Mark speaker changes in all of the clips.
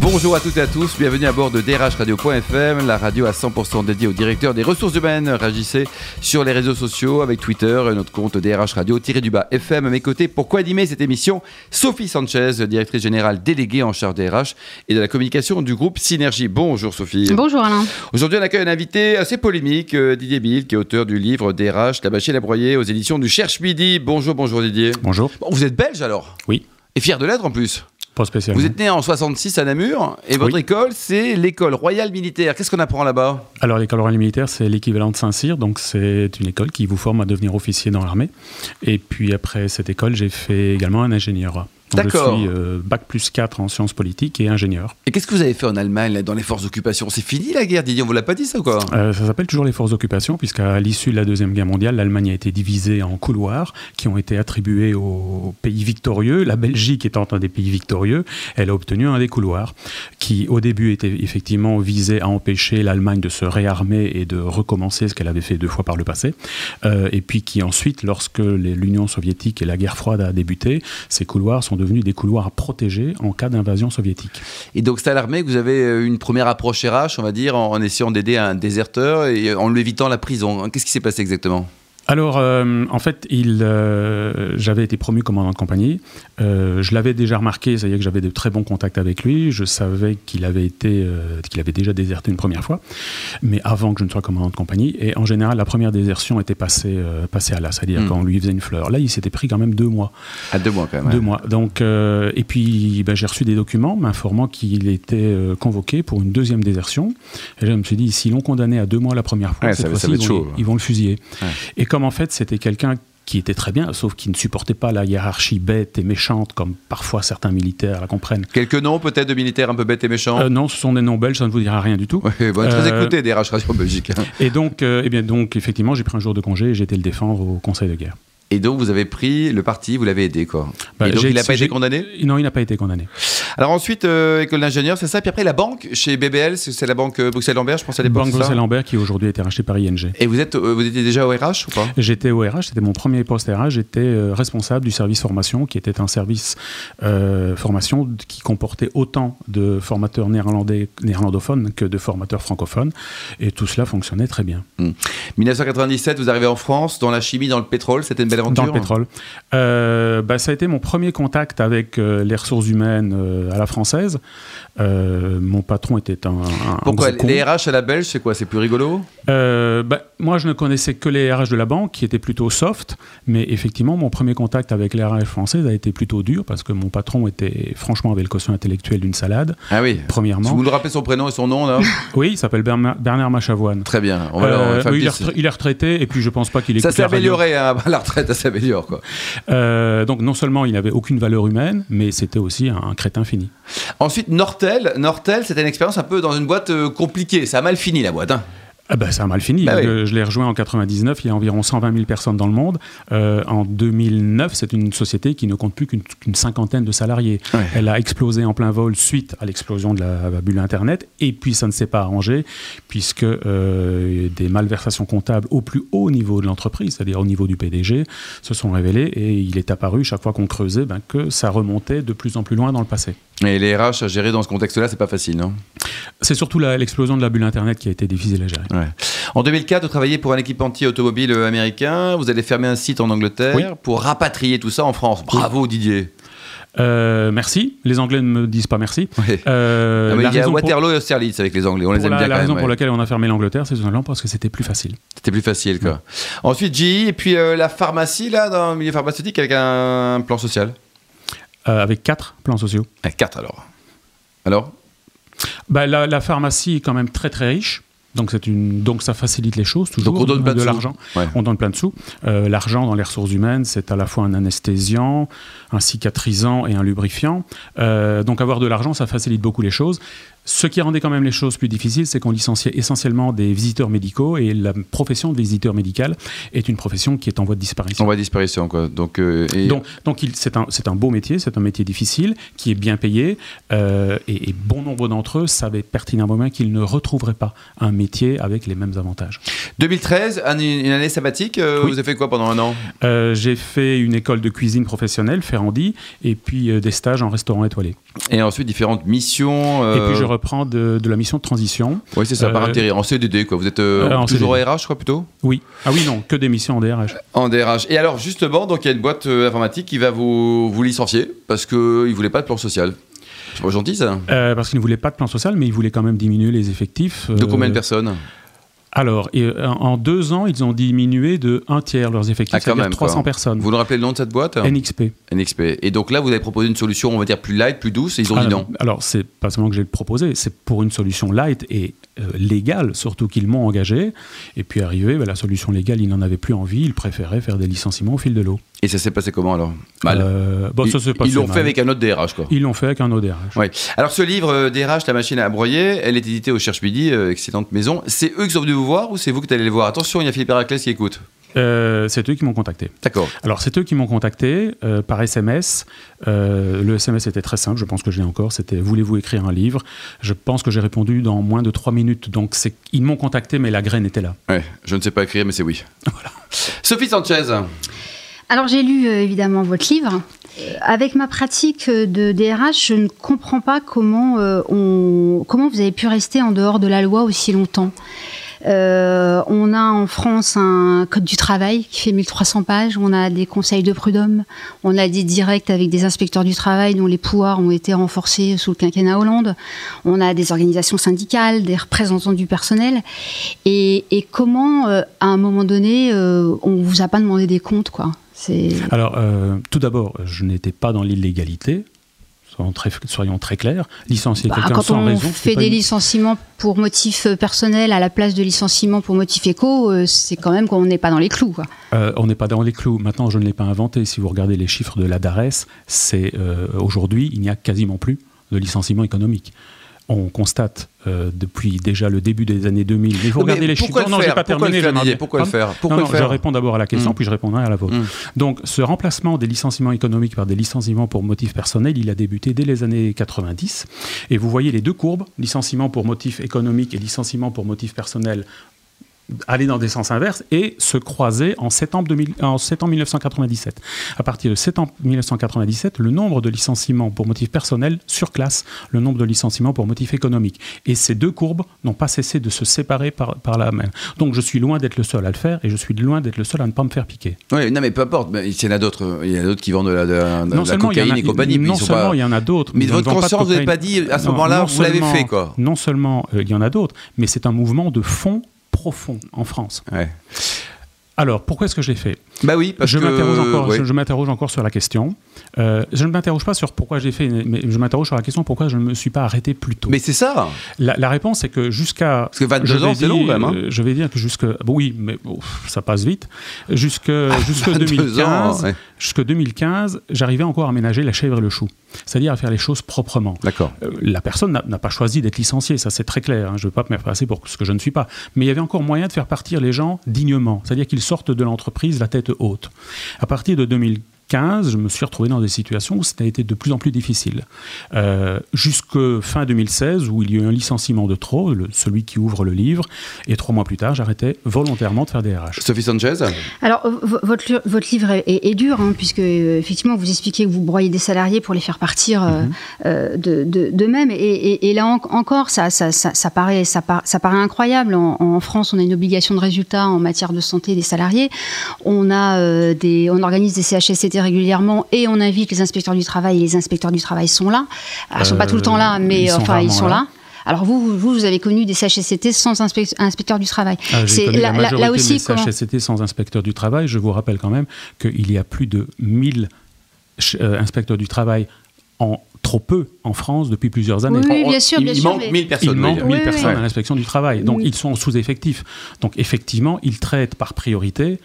Speaker 1: Bonjour à toutes et à tous, bienvenue à bord de drhradio.fm, la radio à 100% dédiée au directeur des ressources humaines. Réagissez sur les réseaux sociaux avec Twitter, et notre compte DRH Radio-du-bas FM. À mes côtés, pour co-animer cette émission, Sophie Sanchez, directrice générale déléguée en charge des RH et de la communication du groupe Synergie. Bonjour Sophie.
Speaker 2: Bonjour Alain.
Speaker 1: Aujourd'hui, on accueille un invité assez polémique, euh, Didier Bill, qui est auteur du livre DRH, la bâchée, la broyée aux éditions du Cherche Midi. Bonjour, bonjour Didier.
Speaker 3: Bonjour.
Speaker 1: Bon, vous êtes belge alors
Speaker 3: Oui.
Speaker 1: Et fier de l'être en plus
Speaker 3: Pas spécialement.
Speaker 1: Vous êtes né en 66 à Namur et votre
Speaker 3: Oui.
Speaker 1: école, c'est l'école royale militaire. Qu'est-ce qu'on apprend là-bas
Speaker 3: Alors l'école royale militaire, c'est l'équivalent de Saint-Cyr, donc c'est une école qui vous forme à devenir officier dans l'armée. Et puis après cette école, j'ai fait également un ingénieur. Donc,
Speaker 1: D'accord.
Speaker 3: Je suis euh, bac plus 4 en sciences politiques et ingénieur.
Speaker 1: Et qu'est-ce que vous avez fait en Allemagne, là, dans les forces d'occupation C'est fini la guerre, Didier, on vous l'a pas dit ça ou quoi
Speaker 3: Euh, ça s'appelle toujours les forces d'occupation, puisqu'à l'issue de la Deuxième Guerre mondiale, l'Allemagne a été divisée en couloirs qui ont été attribués aux pays victorieux. La Belgique étant un des pays victorieux, elle a obtenu un des couloirs qui, au début, était effectivement visé à empêcher l'Allemagne de se réarmer et de recommencer ce qu'elle avait fait deux fois par le passé. Euh, et puis qui ensuite, lorsque les- l'Union soviétique et la guerre froide a débuté, ces couloirs sont devenus des couloirs à protéger en cas d'invasion soviétique.
Speaker 1: Et donc c'est à l'armée que vous avez euh, une première approche RH, on va dire, en, en essayant d'aider un déserteur et euh, en lui évitant la prison. Hein, Qu'est-ce qui s'est passé exactement
Speaker 3: Alors, euh, en fait, il, euh, j'avais été promu commandant de compagnie. Euh, je l'avais déjà remarqué, c'est-à-dire que j'avais de très bons contacts avec lui. Je savais qu'il avait été, euh, qu'il avait déjà déserté une première fois, mais avant que je ne sois commandant de compagnie. Et en général, la première désertion était passée, euh, passée à là, c'est-à-dire
Speaker 1: Mm.
Speaker 3: qu'on lui faisait une fleur. Là, il s'était pris quand même deux mois.
Speaker 1: À deux mois quand même. ouais.
Speaker 3: Deux mois. Donc, euh, et puis, ben, j'ai reçu des documents m'informant qu'il était euh, convoqué pour une deuxième désertion. Et là, je me suis dit, s'ils l'ont condamné à deux mois la première fois,
Speaker 1: Ouais,
Speaker 3: cette
Speaker 1: ça va- ça
Speaker 3: fois-ci,
Speaker 1: va
Speaker 3: ils,
Speaker 1: être
Speaker 3: vont-
Speaker 1: chaud, ouais.
Speaker 3: ils vont le fusiller.
Speaker 1: Ouais.
Speaker 3: Et comme en fait, c'était quelqu'un qui était très bien, sauf qu'il ne supportait pas la hiérarchie bête et méchante, comme parfois certains militaires la comprennent.
Speaker 1: Quelques noms peut-être de militaires un peu bêtes et méchants
Speaker 3: Euh, non, ce sont des noms belges, ça ne vous dira rien du tout.
Speaker 1: Ouais, bon, très
Speaker 3: euh,
Speaker 1: écouté des RH Radio Belgique. hein.
Speaker 3: Et donc, euh, eh bien, donc, effectivement, j'ai pris un jour de congé et j'ai été le défendre au Conseil de guerre.
Speaker 1: Et donc vous avez pris le parti, vous l'avez aidé quoi.
Speaker 3: Bah,
Speaker 1: et donc
Speaker 3: j'ai-
Speaker 1: il n'a pas été
Speaker 3: j'ai-
Speaker 1: condamné
Speaker 3: Non, il n'a pas été condamné.
Speaker 1: Alors ensuite, euh, école d'ingénieur, c'est ça. Puis après, la banque chez BBL, c'est c'est la banque euh, Bruxelles-Lambert, je pense à l'époque.
Speaker 3: Banque
Speaker 1: c'est ça
Speaker 3: Bruxelles-Lambert, qui aujourd'hui a été racheté par ING.
Speaker 1: Et vous, êtes, euh, vous étiez déjà au RH ou pas
Speaker 3: J'étais au RH, c'était mon premier poste RH. J'étais euh, responsable du service formation, qui était un service euh, formation d- qui comportait autant de formateurs néerlandais, néerlandophones que de formateurs francophones. Et tout cela fonctionnait très bien.
Speaker 1: 1997, vous arrivez en France, dans la chimie, dans le pétrole, c'était une belle aventure.
Speaker 3: Dans le pétrole. Euh, bah, ça a été mon premier contact avec euh, les ressources humaines euh, à la française. Euh, mon patron était un. un- un
Speaker 1: Pourquoi
Speaker 3: gros Ah, con.
Speaker 1: Les RH à la belge, c'est quoi C'est plus rigolo
Speaker 3: Euh, bah, moi, je ne connaissais que les RH de la banque, qui étaient plutôt soft, mais effectivement, mon premier contact avec les RH françaises a été plutôt dur parce que mon patron était franchement avec le quotient intellectuel d'une salade,
Speaker 1: Ah oui. Si
Speaker 3: premièrement.
Speaker 1: vous nous rappelez son prénom et son nom, là
Speaker 3: Oui, il s'appelle Berma- Bernard Machavoine.
Speaker 1: Très bien. On va leur
Speaker 3: Euh,
Speaker 1: faire
Speaker 3: oui,
Speaker 1: une
Speaker 3: il, est
Speaker 1: petite-
Speaker 3: retra- il est retraité et puis je pense pas qu'il
Speaker 1: Ça
Speaker 3: écoute
Speaker 1: s'est
Speaker 3: la radio.
Speaker 1: amélioré, hein, la retraite, ça s'améliore. quoi.
Speaker 3: Euh, donc non seulement il n'avait aucune valeur humaine, mais c'était aussi un, un crétin fini.
Speaker 1: Ensuite, Nortel. Nortel, c'était une expérience un peu dans une boîte euh, compliquée. Ça a mal fini, la boîte. hein.
Speaker 3: Ah ben, ça a mal fini.
Speaker 1: Bah
Speaker 3: Donc,
Speaker 1: oui.
Speaker 3: euh, Je l'ai rejoint en 99. Il y a environ 120 000 personnes dans le monde. Euh, en 2009, c'est une société qui ne compte plus qu'une qu'une cinquantaine de salariés.
Speaker 1: Ouais.
Speaker 3: Elle a explosé en plein vol suite à l'explosion de la, la bulle Internet. Et puis, ça ne s'est pas arrangé puisque euh, des malversations comptables au plus haut niveau de l'entreprise, c'est-à-dire au niveau du PDG, se sont révélées. Et il est apparu, chaque fois qu'on creusait, ben, que ça remontait de plus en plus loin dans le passé.
Speaker 1: Et les RH à gérer dans ce contexte-là, c'est pas facile, non
Speaker 3: C'est surtout la- l'explosion de la bulle Internet qui a été difficile à gérer.
Speaker 1: Ouais. En 2004, vous travaillez pour un équipementier automobile américain. Vous allez fermer un site en Angleterre
Speaker 3: Oui.
Speaker 1: pour rapatrier tout ça en France. Bravo, Didier.
Speaker 3: Euh, merci. Les Anglais ne me disent pas merci.
Speaker 1: Ouais.
Speaker 3: Euh,
Speaker 1: Non, Ah, mais
Speaker 3: la
Speaker 1: il y a
Speaker 3: raison pour-
Speaker 1: Waterloo et Austerlitz avec les Anglais. On les
Speaker 3: pour
Speaker 1: aime
Speaker 3: la,
Speaker 1: bien
Speaker 3: la
Speaker 1: quand
Speaker 3: raison
Speaker 1: même.
Speaker 3: pour
Speaker 1: ouais.
Speaker 3: laquelle on a fermé l'Angleterre, c'est tout simplement parce que c'était plus facile.
Speaker 1: C'était plus facile, quoi.
Speaker 3: Mm.
Speaker 1: Ensuite, GE, et puis euh, la pharmacie, là, dans le milieu pharmaceutique, avec un plan social.
Speaker 3: Euh, avec quatre plans sociaux.
Speaker 1: À 4 alors. Alors
Speaker 3: Bah, la, la pharmacie est quand même très très riche. Donc, c'est une, donc ça facilite les choses toujours.
Speaker 1: Donc on donne plein de
Speaker 3: de
Speaker 1: sous.
Speaker 3: l'argent.
Speaker 1: Ouais.
Speaker 3: On donne plein de sous. Euh, l'argent dans les ressources humaines, c'est à la fois un anesthésiant, un cicatrisant et un lubrifiant. Euh, donc avoir de l'argent, ça facilite beaucoup les choses. Ce qui rendait quand même les choses plus difficiles, c'est qu'on licenciait essentiellement des visiteurs médicaux et la profession de visiteur médical est une profession qui est en voie de disparition.
Speaker 1: En voie de disparition, quoi. Donc, euh, et-
Speaker 3: Donc, donc il- c'est un, c'est un beau métier, c'est un métier difficile, qui est bien payé, euh, et, et bon nombre d'entre eux savaient pertinemment bien qu'ils ne retrouveraient pas un métier avec les mêmes avantages.
Speaker 1: 2013, un- une année sabbatique, euh,
Speaker 3: Oui.
Speaker 1: vous avez fait quoi pendant un an
Speaker 3: Euh, j'ai fait une école de cuisine professionnelle, Ferrandi, et puis euh, des stages en restaurant étoilé.
Speaker 1: Et ensuite, différentes missions.
Speaker 3: Et puis je
Speaker 1: euh,
Speaker 3: reprends de, de la mission de transition.
Speaker 1: Oui, c'est ça, par
Speaker 3: euh,
Speaker 1: intérim, en CDD, quoi. Vous êtes euh,
Speaker 3: Euh, en
Speaker 1: toujours en RH, je crois, plutôt
Speaker 3: Oui. Ah oui, non, que des missions en DRH.
Speaker 1: En DRH. Et alors, justement, donc il y a une boîte euh, informatique qui va vous, vous licencier parce qu'ils ne voulaient pas de plan social. C'est pas gentil, ça
Speaker 3: Euh, parce qu'ils ne voulaient pas de plan social, mais ils voulaient quand même diminuer les effectifs.
Speaker 1: De
Speaker 3: euh,
Speaker 1: combien de personnes
Speaker 3: Alors, et, euh, en deux ans, ils ont diminué de un tiers leurs effectifs,
Speaker 1: Ah, quand
Speaker 3: c'est-à-dire
Speaker 1: même,
Speaker 3: 300
Speaker 1: quoi.
Speaker 3: personnes.
Speaker 1: Vous nous rappelez le nom de cette boîte
Speaker 3: NXP.
Speaker 1: NXP. Et donc là, vous avez proposé une solution, on va dire, plus light, plus douce, et ils ont
Speaker 3: Ah,
Speaker 1: dit non.
Speaker 3: Alors, c'est pas seulement que j'ai proposé, c'est pour une solution light et euh, légale, surtout qu'ils m'ont engagé. Et puis, arrivé, bah, la solution légale, ils n'en avaient plus envie, ils préféraient faire des licenciements au fil de l'eau.
Speaker 1: Et ça s'est passé comment alors Mal.
Speaker 3: Euh, bon, ça,
Speaker 1: Ils-
Speaker 3: c'est pas
Speaker 1: ils
Speaker 3: si
Speaker 1: l'ont
Speaker 3: mal.
Speaker 1: fait avec un autre DRH, quoi.
Speaker 3: Ils l'ont fait avec un ODRH.
Speaker 1: Ouais. Alors ce livre euh, DRH, la machine à broyer, elle est éditée au Cherche Midi, euh, excellente maison. C'est eux qui sont venus vous voir ou c'est vous qui êtes allé les voir Attention, il y a Philippe Héraclès qui écoute.
Speaker 3: Euh, c'est eux qui m'ont contacté.
Speaker 1: D'accord.
Speaker 3: Alors, c'est eux qui m'ont contacté euh, par SMS. Euh, le SMS était très simple, je pense que je l'ai encore. C'était Voulez-vous écrire un livre Je pense que j'ai répondu dans moins de trois minutes. Donc, c'est- ils m'ont contacté, mais la graine était là.
Speaker 1: Ouais, je ne sais pas écrire, mais c'est oui. Sophie Sanchez,
Speaker 2: Alors j'ai lu euh, évidemment votre livre. Euh, Avec ma pratique euh, de DRH, je ne comprends pas comment, euh, on, comment vous avez pu rester en dehors de la loi aussi longtemps. Euh, on a en France un code du travail qui fait 1300 pages, on a des conseils de prud'homme, on a des directs avec des inspecteurs du travail dont les pouvoirs ont été renforcés sous le quinquennat Hollande, on a des organisations syndicales, des représentants du personnel. Et, et comment, euh, à un moment donné, euh, on vous a pas demandé des comptes, quoi C'est
Speaker 3: Alors, euh, tout d'abord, je n'étais pas dans l'illégalité. Soyons très, soyons très clairs. Licencier
Speaker 2: Bah,
Speaker 3: quelqu'un
Speaker 2: quand
Speaker 3: sans
Speaker 2: on
Speaker 3: raison. c'est
Speaker 2: fait
Speaker 3: pas
Speaker 2: des
Speaker 3: une-
Speaker 2: licenciements pour motif euh, personnel à la place de licenciements pour motif éco, euh, c'est quand même qu'on n'est pas dans les clous. Quoi.
Speaker 3: Euh, on n'est pas dans les clous. Maintenant, je ne l'ai pas inventé. Si vous regardez les chiffres de la DARES, c'est euh, aujourd'hui, il n'y a quasiment plus de licenciements économiques. On constate euh, depuis déjà le début des années 2000. Mais vous
Speaker 1: Mais
Speaker 3: regardez les chiffres.
Speaker 1: pourquoi
Speaker 3: Non,
Speaker 1: le
Speaker 3: non, j'ai
Speaker 1: faire
Speaker 3: pas
Speaker 1: Pourquoi le
Speaker 3: terminé.
Speaker 1: faire,
Speaker 3: j'aimerais
Speaker 1: Didier
Speaker 3: bien-
Speaker 1: Pourquoi le
Speaker 3: Pardon
Speaker 1: faire Pourquoi
Speaker 3: non,
Speaker 1: le
Speaker 3: non, je
Speaker 1: faire
Speaker 3: réponds d'abord à la question,
Speaker 1: Mm.
Speaker 3: puis je répondrai à la vôtre.
Speaker 1: Mm.
Speaker 3: Donc, ce remplacement des licenciements économiques par des licenciements pour motif personnel, il a débuté dès les années 90. Et vous voyez les deux courbes, licenciement pour motif économique et licenciement pour motif personnel, aller dans des sens inverses et se croiser en septembre, 2000 en septembre 1997. À partir de septembre 1997, le nombre de licenciements pour motif personnel surclasse le nombre de licenciements pour motif économique. Et ces deux courbes n'ont pas cessé de se séparer par, par la même. Donc je suis loin d'être le seul à le faire et je suis loin d'être le seul à ne pas me faire piquer.
Speaker 1: Ouais, Non, mais peu importe. mais Il y en a d'autres. euh, Il y en a d'autres qui vendent de la, de la- de la
Speaker 3: il y en
Speaker 1: cocaïne
Speaker 3: a-
Speaker 1: et compagnie. mais
Speaker 3: non
Speaker 1: ils sont
Speaker 3: seulement
Speaker 1: pas-
Speaker 3: il y en a d'autres.
Speaker 1: Mais de
Speaker 3: je ne
Speaker 1: votre
Speaker 3: vends pas de
Speaker 1: conscience, vous n'avez
Speaker 3: cocaïne.
Speaker 1: pas dit à ce
Speaker 3: Non,
Speaker 1: moment-là,
Speaker 3: non
Speaker 1: vous l'avez
Speaker 3: seulement-
Speaker 1: fait, quoi.
Speaker 3: Non seulement euh, il y en a d'autres, mais c'est un mouvement de fond profond en France.
Speaker 1: Ouais.
Speaker 3: Alors pourquoi est-ce que je l'ai fait
Speaker 1: Bah oui, parce
Speaker 3: je
Speaker 1: que.
Speaker 3: m'interroge encore,
Speaker 1: ouais.
Speaker 3: je, je m'interroge encore sur la question. Euh, je ne m'interroge pas sur pourquoi j'ai fait, mais je m'interroge sur la question pourquoi je ne me suis pas arrêté plus tôt.
Speaker 1: Mais c'est ça.
Speaker 3: la, la réponse est que jusqu'à
Speaker 1: Parce que 22
Speaker 3: je vais
Speaker 1: ans, c'est
Speaker 3: dire-
Speaker 1: long, quand même, hein.
Speaker 3: euh, Je vais dire que jusque bon, oui, mais bon, pff, ça passe vite. Jusque jusque
Speaker 1: 22
Speaker 3: 2015,
Speaker 1: ans, ouais.
Speaker 3: jusque 2015, j'arrivais encore à ménager la chèvre et le chou, c'est-à-dire à faire les choses proprement.
Speaker 1: D'accord.
Speaker 3: Euh, la personne n'a- n'a pas choisi d'être licenciée, ça c'est très clair, hein, je ne veux pas me faire passer pour ce que je ne suis pas. Mais il y avait encore moyen de faire partir les gens dignement, c'est-à-dire qu'ils sortent de l'entreprise la tête haute. À partir de 2015, je me suis retrouvé dans des situations où ça a été de plus en plus difficile. Euh, Jusque fin 2016, où il y a eu un licenciement de trop, le- celui qui ouvre le livre, et trois mois plus tard, j'arrêtais volontairement de faire des RH.
Speaker 1: Sophie Sanchez
Speaker 2: Alors, v- votre, li- votre livre est, est- est dur, hein, puisque euh, effectivement, vous expliquez que vous broyez des salariés pour les faire partir euh,
Speaker 3: Mhm.
Speaker 2: euh, de- de- d'eux-mêmes. et, et- et là en- encore, ça, ça, ça, ça paraît, ça, par- ça paraît incroyable. En, en France, on a une obligation de résultat en matière de santé des salariés. On, a, euh, des, on organise des CHSCT régulièrement et on invite les inspecteurs du travail. Et les inspecteurs du travail sont là. Alors, ils ne sont pas tout le temps là,
Speaker 3: Euh,
Speaker 2: mais
Speaker 3: ils
Speaker 2: euh,
Speaker 3: sont
Speaker 2: enfin, ils
Speaker 3: rarement
Speaker 2: sont
Speaker 3: là.
Speaker 2: là. Alors vous, vous, vous avez connu des CHSCT sans inspec- inspecteur du travail.
Speaker 3: Ah, j'ai
Speaker 2: C'est
Speaker 3: connu la,
Speaker 2: là- là-
Speaker 3: majorité
Speaker 2: là aussi,
Speaker 3: des
Speaker 2: comment-
Speaker 3: CHSCT sans inspecteur du travail. Je vous rappelle quand même qu'il y a plus de 1000 ch- euh, inspecteurs du travail en trop peu en France depuis plusieurs années.
Speaker 2: Oui, bien sûr,
Speaker 1: il,
Speaker 2: bien
Speaker 1: il
Speaker 2: sûr,
Speaker 1: manque
Speaker 2: mais-
Speaker 1: 1000 personnes.
Speaker 3: Il manque
Speaker 1: oui.
Speaker 3: 1000
Speaker 2: Oui,
Speaker 3: personnes
Speaker 1: oui.
Speaker 3: à l'inspection du travail. Donc,
Speaker 2: Oui.
Speaker 3: ils sont en sous-effectif. Donc, effectivement, ils traitent par priorité.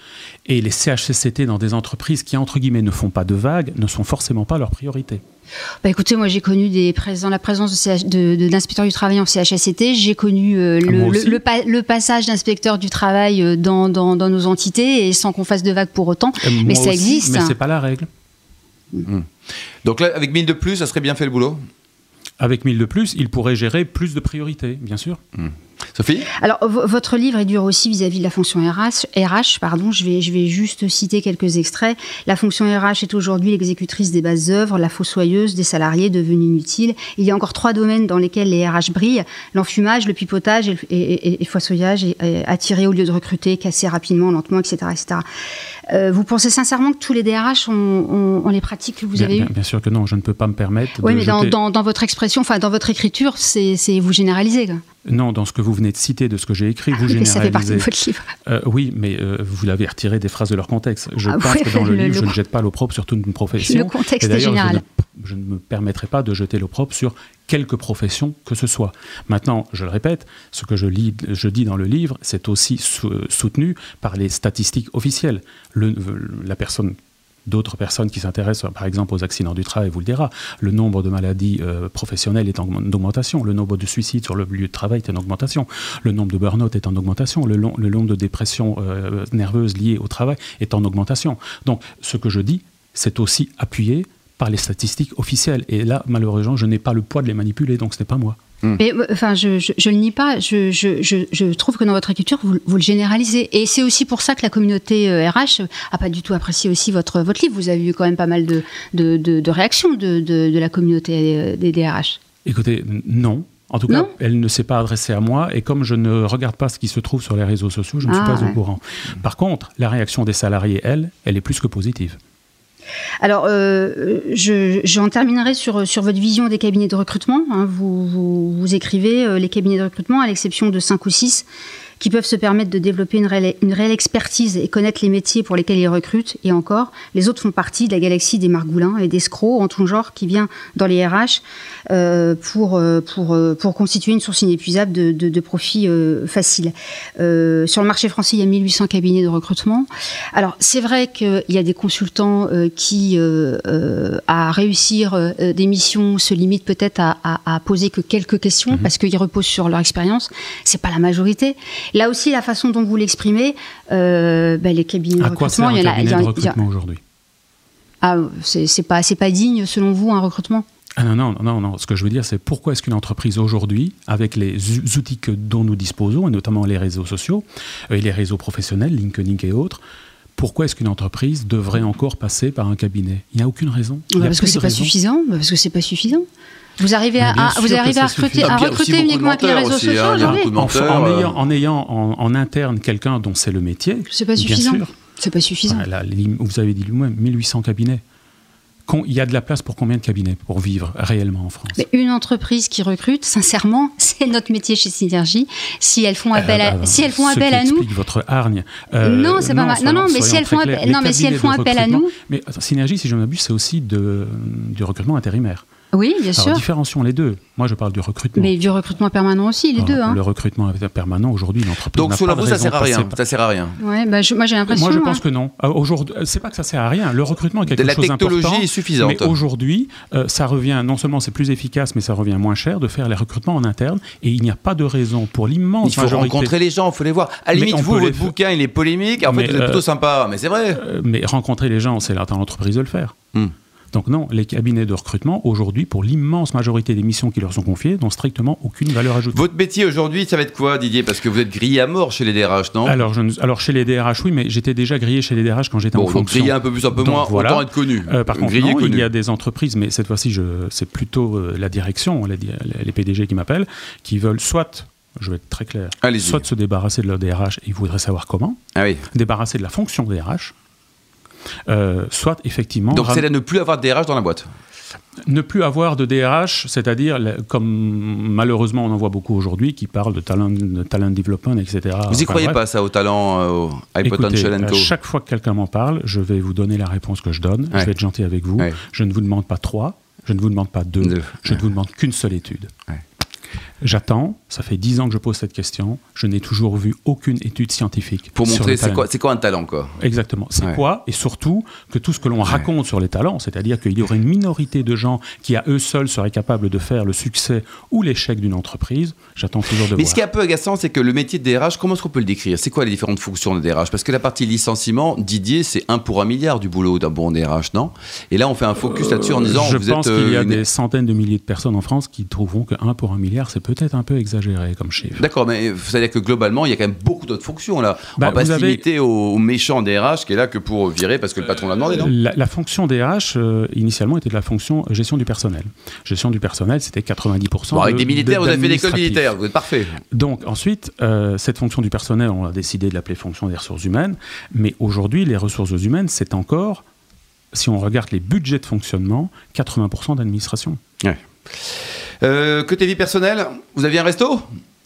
Speaker 3: Et les CHCCT dans des entreprises qui, entre guillemets, ne font pas de vagues, ne sont forcément pas leur priorité.
Speaker 2: Bah écoutez, moi j'ai connu des présents, la présence de, CH de, de l'inspecteur du travail en CHSCT, j'ai connu euh,
Speaker 3: Ah,
Speaker 2: le,
Speaker 3: moi
Speaker 2: le-
Speaker 3: aussi.
Speaker 2: le pa- le passage d'inspecteur du travail euh, dans, dans- dans nos entités et sans qu'on fasse de vagues pour autant.
Speaker 3: Euh,
Speaker 2: Mais
Speaker 3: moi
Speaker 2: ça
Speaker 3: aussi,
Speaker 2: existe.
Speaker 3: Mais c'est pas la règle.
Speaker 1: Donc là, avec 1000 de plus, ça serait bien fait le boulot.
Speaker 3: Avec 1000 de plus, ils pourraient gérer plus de priorités, bien sûr.
Speaker 1: Sophie
Speaker 2: Alors vo- votre livre est dur aussi vis-à-vis de la fonction RH. RH pardon, je vais, je vais juste citer quelques extraits. La fonction RH est aujourd'hui l'exécutrice des bases œuvres, la fossoyeuse des salariés devenus inutiles. Il y a encore trois domaines dans lesquels les RH brillent l'enfumage, le pipotage et, le- et, et- et fossoyage, et- et attirer au lieu de recruter, casser rapidement, lentement, etc., etc. Euh, vous pensez sincèrement que tous les DRH ont, ont- ont les pratiques que vous
Speaker 3: bien,
Speaker 2: avez
Speaker 3: bien-
Speaker 2: eues
Speaker 3: bien sûr que non, je ne peux pas me permettre.
Speaker 2: Oui,
Speaker 3: de
Speaker 2: mais dans,
Speaker 3: jeter-
Speaker 2: dans- dans votre expression, enfin dans votre écriture, c'est c'est- vous généralisez. quoi.
Speaker 3: Non, dans ce que vous venez de citer, de ce que j'ai écrit, vous
Speaker 2: Ah Mais ça fait partie de
Speaker 3: généralisez.
Speaker 2: votre livre.
Speaker 3: Euh, oui, mais euh, vous l'avez retiré des phrases de leur contexte. Je
Speaker 2: Ah
Speaker 3: pense
Speaker 2: ouais,
Speaker 3: que dans le,
Speaker 2: le-
Speaker 3: livre, je
Speaker 2: le-
Speaker 3: ne jette pas l'opprobre sur toute une profession.
Speaker 2: Le contexte
Speaker 3: Et
Speaker 2: est
Speaker 3: d'ailleurs, je
Speaker 2: général.
Speaker 3: ne- Je ne me permettrai pas de jeter l'opprobre sur quelque profession que ce soit. Maintenant, je le répète, ce que je, lis, je dis dans le livre, c'est aussi sou- soutenu par les statistiques officielles. Le- la personne D'autres personnes qui s'intéressent, par exemple, aux accidents du travail, vous le dira. Le nombre de maladies euh, professionnelles est en augmentation. Le nombre de suicides sur le lieu de travail est en augmentation. Le nombre de burn-out est en augmentation. Le, long- le nombre de dépressions euh, nerveuses liées au travail est en augmentation. Donc, ce que je dis, c'est aussi appuyé par les statistiques officielles. Et là, malheureusement, je n'ai pas le poids de les manipuler, donc ce n'est pas moi.
Speaker 2: Mais euh, enfin, je, je, je le nie pas. Je, je, je, je trouve que dans votre écriture, vous, vous le généralisez. Et c'est aussi pour ça que la communauté euh, RH a pas du tout apprécié aussi votre, votre livre. Vous avez eu quand même pas mal de, de, de, de réactions de, de, de la communauté euh, des DRH.
Speaker 3: Écoutez, n- non. En tout cas,
Speaker 2: Non
Speaker 3: elle ne s'est pas adressée à moi et comme je ne regarde pas ce qui se trouve sur les réseaux sociaux, je ne suis
Speaker 2: Ah,
Speaker 3: pas
Speaker 2: ouais.
Speaker 3: au courant. Par contre, la réaction des salariés, elle, elle est plus que positive.
Speaker 2: Alors, euh, je- j'en terminerai sur, sur votre vision des cabinets de recrutement. hein. vous, vous, vous écrivez euh, les cabinets de recrutement, à l'exception de 5 ou 6, qui peuvent se permettre de développer une réelle, une réelle expertise et connaître les métiers pour lesquels ils recrutent. Et encore, les autres font partie de la galaxie des margoulins et des escrocs en tout genre qui vient dans les RH euh, pour, euh, pour, euh, pour constituer une source inépuisable de, de, de profits euh, faciles. Euh, sur le marché français, il y a 1800 cabinets de recrutement. Alors, c'est vrai qu'il y a des consultants euh, qui, euh, euh, à réussir euh, des missions, se limitent peut-être à, à- à poser que quelques questions
Speaker 3: Mhm.
Speaker 2: parce qu'ils reposent sur leur expérience. C'est pas la majorité. Là aussi, la façon dont vous l'exprimez, euh, ben, les cabinets
Speaker 3: À
Speaker 2: de
Speaker 3: quoi
Speaker 2: recrutement,
Speaker 3: sert un
Speaker 2: il y en a. il
Speaker 3: cabinet
Speaker 2: y en
Speaker 3: de
Speaker 2: a-
Speaker 3: recrutement aujourd'hui
Speaker 2: Ah, c'est c'est pas, c'est pas digne, selon vous, un recrutement
Speaker 3: ah non, non, non, non. Ce que je veux dire, c'est pourquoi est-ce qu'une entreprise aujourd'hui, avec les ou- outils que- dont nous disposons, et notamment les réseaux sociaux euh, et les réseaux professionnels, LinkedIn et autres, pourquoi est-ce qu'une entreprise devrait encore passer par un cabinet Il n'y a aucune raison. Il y
Speaker 2: Bah,
Speaker 3: a
Speaker 2: Parce que
Speaker 3: plus de
Speaker 2: c'est pas
Speaker 3: raison.
Speaker 2: suffisant. bah, Parce que c'est pas suffisant. Vous arrivez à,
Speaker 3: Mais bien
Speaker 2: à-
Speaker 3: sûr
Speaker 2: vous
Speaker 3: que
Speaker 2: arrivez
Speaker 3: ça
Speaker 2: à recruter,
Speaker 3: suffit
Speaker 2: à
Speaker 3: pas.
Speaker 1: Ah, puis il y a
Speaker 2: recruter
Speaker 1: aussi beaucoup de
Speaker 2: uniquement avec les
Speaker 1: menteurs
Speaker 2: réseaux
Speaker 1: aussi, hein,
Speaker 2: sociaux
Speaker 1: il y a
Speaker 2: attendez.
Speaker 1: beaucoup de
Speaker 3: En, fa-
Speaker 1: menteurs,
Speaker 3: en
Speaker 1: euh.
Speaker 3: ayant, en, ayant en, en interne quelqu'un dont c'est le métier,
Speaker 2: C'est pas
Speaker 3: bien
Speaker 2: suffisant.
Speaker 3: sûr.
Speaker 2: C'est pas suffisant.
Speaker 3: Ah, là, les- vous avez dit lui-même, 1800 cabinets. Con- Il y a de la place pour combien de cabinets pour vivre réellement en France
Speaker 2: Mais une entreprise qui recrute, sincèrement, c'est notre métier chez Synergie. Si elles font appel à,
Speaker 3: Euh,
Speaker 2: si elles font
Speaker 3: ce
Speaker 2: appel
Speaker 3: qui
Speaker 2: à nous,
Speaker 3: explique votre hargne. Euh,
Speaker 2: Non, c'est pas mal.
Speaker 3: soyons-
Speaker 2: Non, non, mais si
Speaker 3: soyons
Speaker 2: elles
Speaker 3: très
Speaker 2: font
Speaker 3: clairs.
Speaker 2: appel-
Speaker 3: Les
Speaker 2: non, mais si elles
Speaker 3: cabinets
Speaker 2: font
Speaker 3: de
Speaker 2: appel à
Speaker 3: recrutement-
Speaker 2: nous-
Speaker 3: Mais attends, Synergie, si je ne m'abuse, c'est aussi de, du recrutement intérimaire.
Speaker 2: oui, bien
Speaker 3: Alors,
Speaker 2: sûr.
Speaker 3: différencions les deux. Moi, je parle du recrutement.
Speaker 2: Mais du recrutement permanent aussi, les
Speaker 3: Alors,
Speaker 2: deux. Hein.
Speaker 3: Ah, Le recrutement permanent, aujourd'hui, l'entreprise
Speaker 1: Donc
Speaker 3: n'a
Speaker 1: sur
Speaker 3: pas
Speaker 1: la
Speaker 3: de
Speaker 1: route, ça
Speaker 3: raison de
Speaker 1: sert à
Speaker 3: passer
Speaker 1: rien.
Speaker 3: par-
Speaker 1: Ça sert à rien.
Speaker 2: Ouais, bah, je- moi j'ai l'impression.
Speaker 3: Moi, je
Speaker 2: hein.
Speaker 3: pense que non. Euh, Aujourd'hui, euh, c'est pas que ça sert à rien. Le recrutement est quelque
Speaker 1: De la
Speaker 3: chose
Speaker 1: technologie
Speaker 3: d'important.
Speaker 1: est suffisante.
Speaker 3: Mais aujourd'hui, euh, ça revient. Non seulement c'est plus efficace, mais ça revient moins cher de faire les recrutements en interne. Et il n'y a pas de raison pour l'immense
Speaker 1: Il faut
Speaker 3: majorité.
Speaker 1: rencontrer les gens, il faut les voir. À la
Speaker 3: Mais
Speaker 1: limite,
Speaker 3: on
Speaker 1: vous,
Speaker 3: peut les
Speaker 1: votre
Speaker 3: faire.
Speaker 1: bouquin, il est polémique. En fait,
Speaker 3: Mais,
Speaker 1: vous êtes
Speaker 3: euh,
Speaker 1: plutôt sympa. Mais c'est vrai.
Speaker 3: Euh, mais rencontrer les gens, c'est là, dans l'entreprise de le faire.
Speaker 1: Hmm.
Speaker 3: Donc non, les cabinets de recrutement, aujourd'hui, pour l'immense majorité des missions qui leur sont confiées, n'ont strictement aucune valeur ajoutée.
Speaker 1: Votre métier aujourd'hui, ça va être quoi, Didier Parce que vous êtes grillé à mort chez les DRH, non
Speaker 3: Alors, je ne- alors chez les DRH, oui, mais j'étais déjà grillé chez les DRH quand j'étais en
Speaker 1: Bon, donc
Speaker 3: fonction.
Speaker 1: grillé un peu plus, un peu
Speaker 3: Donc,
Speaker 1: moins,
Speaker 3: voilà.
Speaker 1: autant être connu.
Speaker 3: Euh, par contre,
Speaker 1: grillé
Speaker 3: non,
Speaker 1: connu.
Speaker 3: il y a des entreprises, mais cette fois-ci, je- c'est plutôt euh, la direction, la di- les PDG qui m'appellent, qui veulent soit, je vais être très clair,
Speaker 1: Allez-y.
Speaker 3: soit se débarrasser de leur DRH, et ils voudraient savoir comment,
Speaker 1: Ah oui.
Speaker 3: débarrasser de la fonction DRH, euh, soit effectivement
Speaker 1: Donc
Speaker 3: ram-
Speaker 1: c'est de ne plus avoir de DRH dans la boîte.
Speaker 3: Ah, ne plus avoir de DRH, c'est-à-dire, la- comme malheureusement on en voit beaucoup aujourd'hui, qui parlent de talent, de talent development, etc.
Speaker 1: vous y
Speaker 3: Enfin,
Speaker 1: croyez
Speaker 3: bref.
Speaker 1: pas, ça, au talent, euh, au high
Speaker 3: bah, Écoutez,
Speaker 1: potential and
Speaker 3: à
Speaker 1: co
Speaker 3: chaque fois que quelqu'un m'en parle, je vais vous donner la réponse que je donne.
Speaker 1: Ouais.
Speaker 3: Je vais être gentil avec vous.
Speaker 1: Ouais.
Speaker 3: Je ne vous demande pas trois. Je ne vous demande pas deux,
Speaker 1: Deux.
Speaker 3: je ne vous demande qu'une seule étude.
Speaker 1: Ouais.
Speaker 3: J'attends, ça fait dix ans que je pose cette question, je n'ai toujours vu aucune étude scientifique.
Speaker 1: Pour
Speaker 3: sur
Speaker 1: montrer
Speaker 3: le
Speaker 1: c'est
Speaker 3: talent.
Speaker 1: quoi, c'est quoi un talent, quoi.
Speaker 3: Exactement. C'est
Speaker 1: Ouais.
Speaker 3: quoi Et surtout, que tout ce que l'on raconte sur les talents, c'est-à-dire qu'il y aurait une minorité de gens qui, à eux seuls, seraient capables de faire le succès ou l'échec d'une entreprise, j'attends toujours de
Speaker 1: Mais
Speaker 3: voir.
Speaker 1: ce qui est un peu agaçant, c'est que le métier de DRH, comment est-ce qu'on peut le décrire C'est quoi les différentes fonctions de DRH Parce que la partie licenciement, Didier, c'est un pour un milliard du boulot d'un bon DRH, non Et là, on fait un focus là-dessus en disant
Speaker 3: je
Speaker 1: vous
Speaker 3: pense
Speaker 1: êtes.
Speaker 3: qu'il y
Speaker 1: euh,
Speaker 3: a
Speaker 1: une-
Speaker 3: des centaines de milliers de personnes en France qui trouveront que 1 pour 1 milliard, c'est peut-être un peu exagéré comme chiffre.
Speaker 1: D'accord, mais c'est-à-dire que globalement, il y a quand même beaucoup d'autres fonctions là.
Speaker 3: Bah,
Speaker 1: on va pas
Speaker 3: vous
Speaker 1: se
Speaker 3: avez-
Speaker 1: limiter au, au méchant DRH qui est là que pour virer parce que le patron l'a demandé, non
Speaker 3: La, la fonction DRH, euh, initialement, était de la fonction gestion du personnel. Gestion du personnel, c'était 90%.
Speaker 1: Bon, avec
Speaker 3: de-
Speaker 1: des militaires,
Speaker 3: de-
Speaker 1: vous avez fait l'école
Speaker 3: d'administratifs.
Speaker 1: militaire, vous êtes parfait.
Speaker 3: Donc ensuite, euh, cette fonction du personnel, on a décidé de l'appeler fonction des ressources humaines, mais aujourd'hui, les ressources humaines, c'est encore, si on regarde les budgets de fonctionnement, 80% d'administration.
Speaker 1: Euh, côté vie personnelle, vous aviez un resto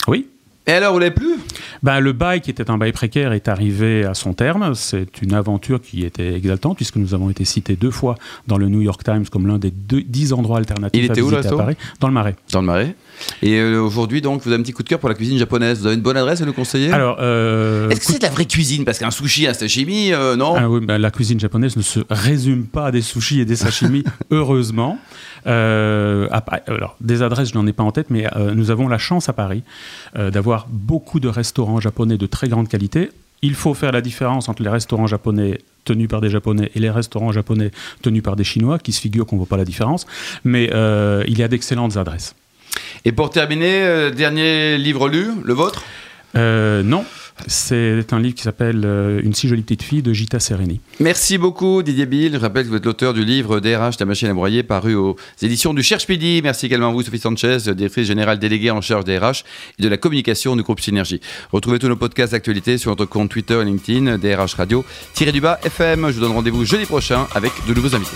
Speaker 3: Oui
Speaker 1: Et alors, vous l'avez plus
Speaker 3: Ben, le bail qui était un bail précaire est arrivé à son terme. C'est une aventure qui était exaltante puisque nous avons été cités deux fois dans le New York Times comme l'un des deux- dix endroits alternatifs
Speaker 1: Il était
Speaker 3: à
Speaker 1: où, le
Speaker 3: visiter à
Speaker 1: resto
Speaker 3: Paris, dans le Marais.
Speaker 1: Dans le marais. Et euh, aujourd'hui, donc, vous avez un petit coup de cœur pour la cuisine japonaise. Vous avez une bonne adresse à nous conseiller
Speaker 3: Alors, euh,
Speaker 1: Est-ce que c'est de la vraie cuisine Parce qu'un sushi, un sashimi, euh, non
Speaker 3: Ah oui, bah, la cuisine japonaise ne se résume pas à des sushis et des sashimi, heureusement. Euh, à Pa- alors, des adresses, je n'en ai pas en tête, mais euh, nous avons la chance à Paris euh, d'avoir beaucoup de restaurants japonais de très grande qualité. Il faut faire la différence entre les restaurants japonais tenus par des japonais et les restaurants japonais tenus par des chinois, qui se figurent qu'on ne voit pas la différence. Mais euh, il y a d'excellentes adresses.
Speaker 1: Et pour terminer, euh, dernier livre lu, le vôtre
Speaker 3: Euh, non, c'est un livre qui s'appelle euh, Une si jolie petite fille de Gita Sereni.
Speaker 1: Merci beaucoup Didier Bill. Je rappelle que vous êtes l'auteur du livre DRH, la machine à broyer, paru aux éditions du Cherche Midi. Merci également à vous Sophie Sanchez, directrice générale déléguée en charge des RH et de la communication du groupe Synergie. Retrouvez tous nos podcasts d'actualité sur notre compte Twitter et LinkedIn, DRH Radio, tiré du bas FM. Je vous donne rendez-vous jeudi prochain avec de nouveaux invités.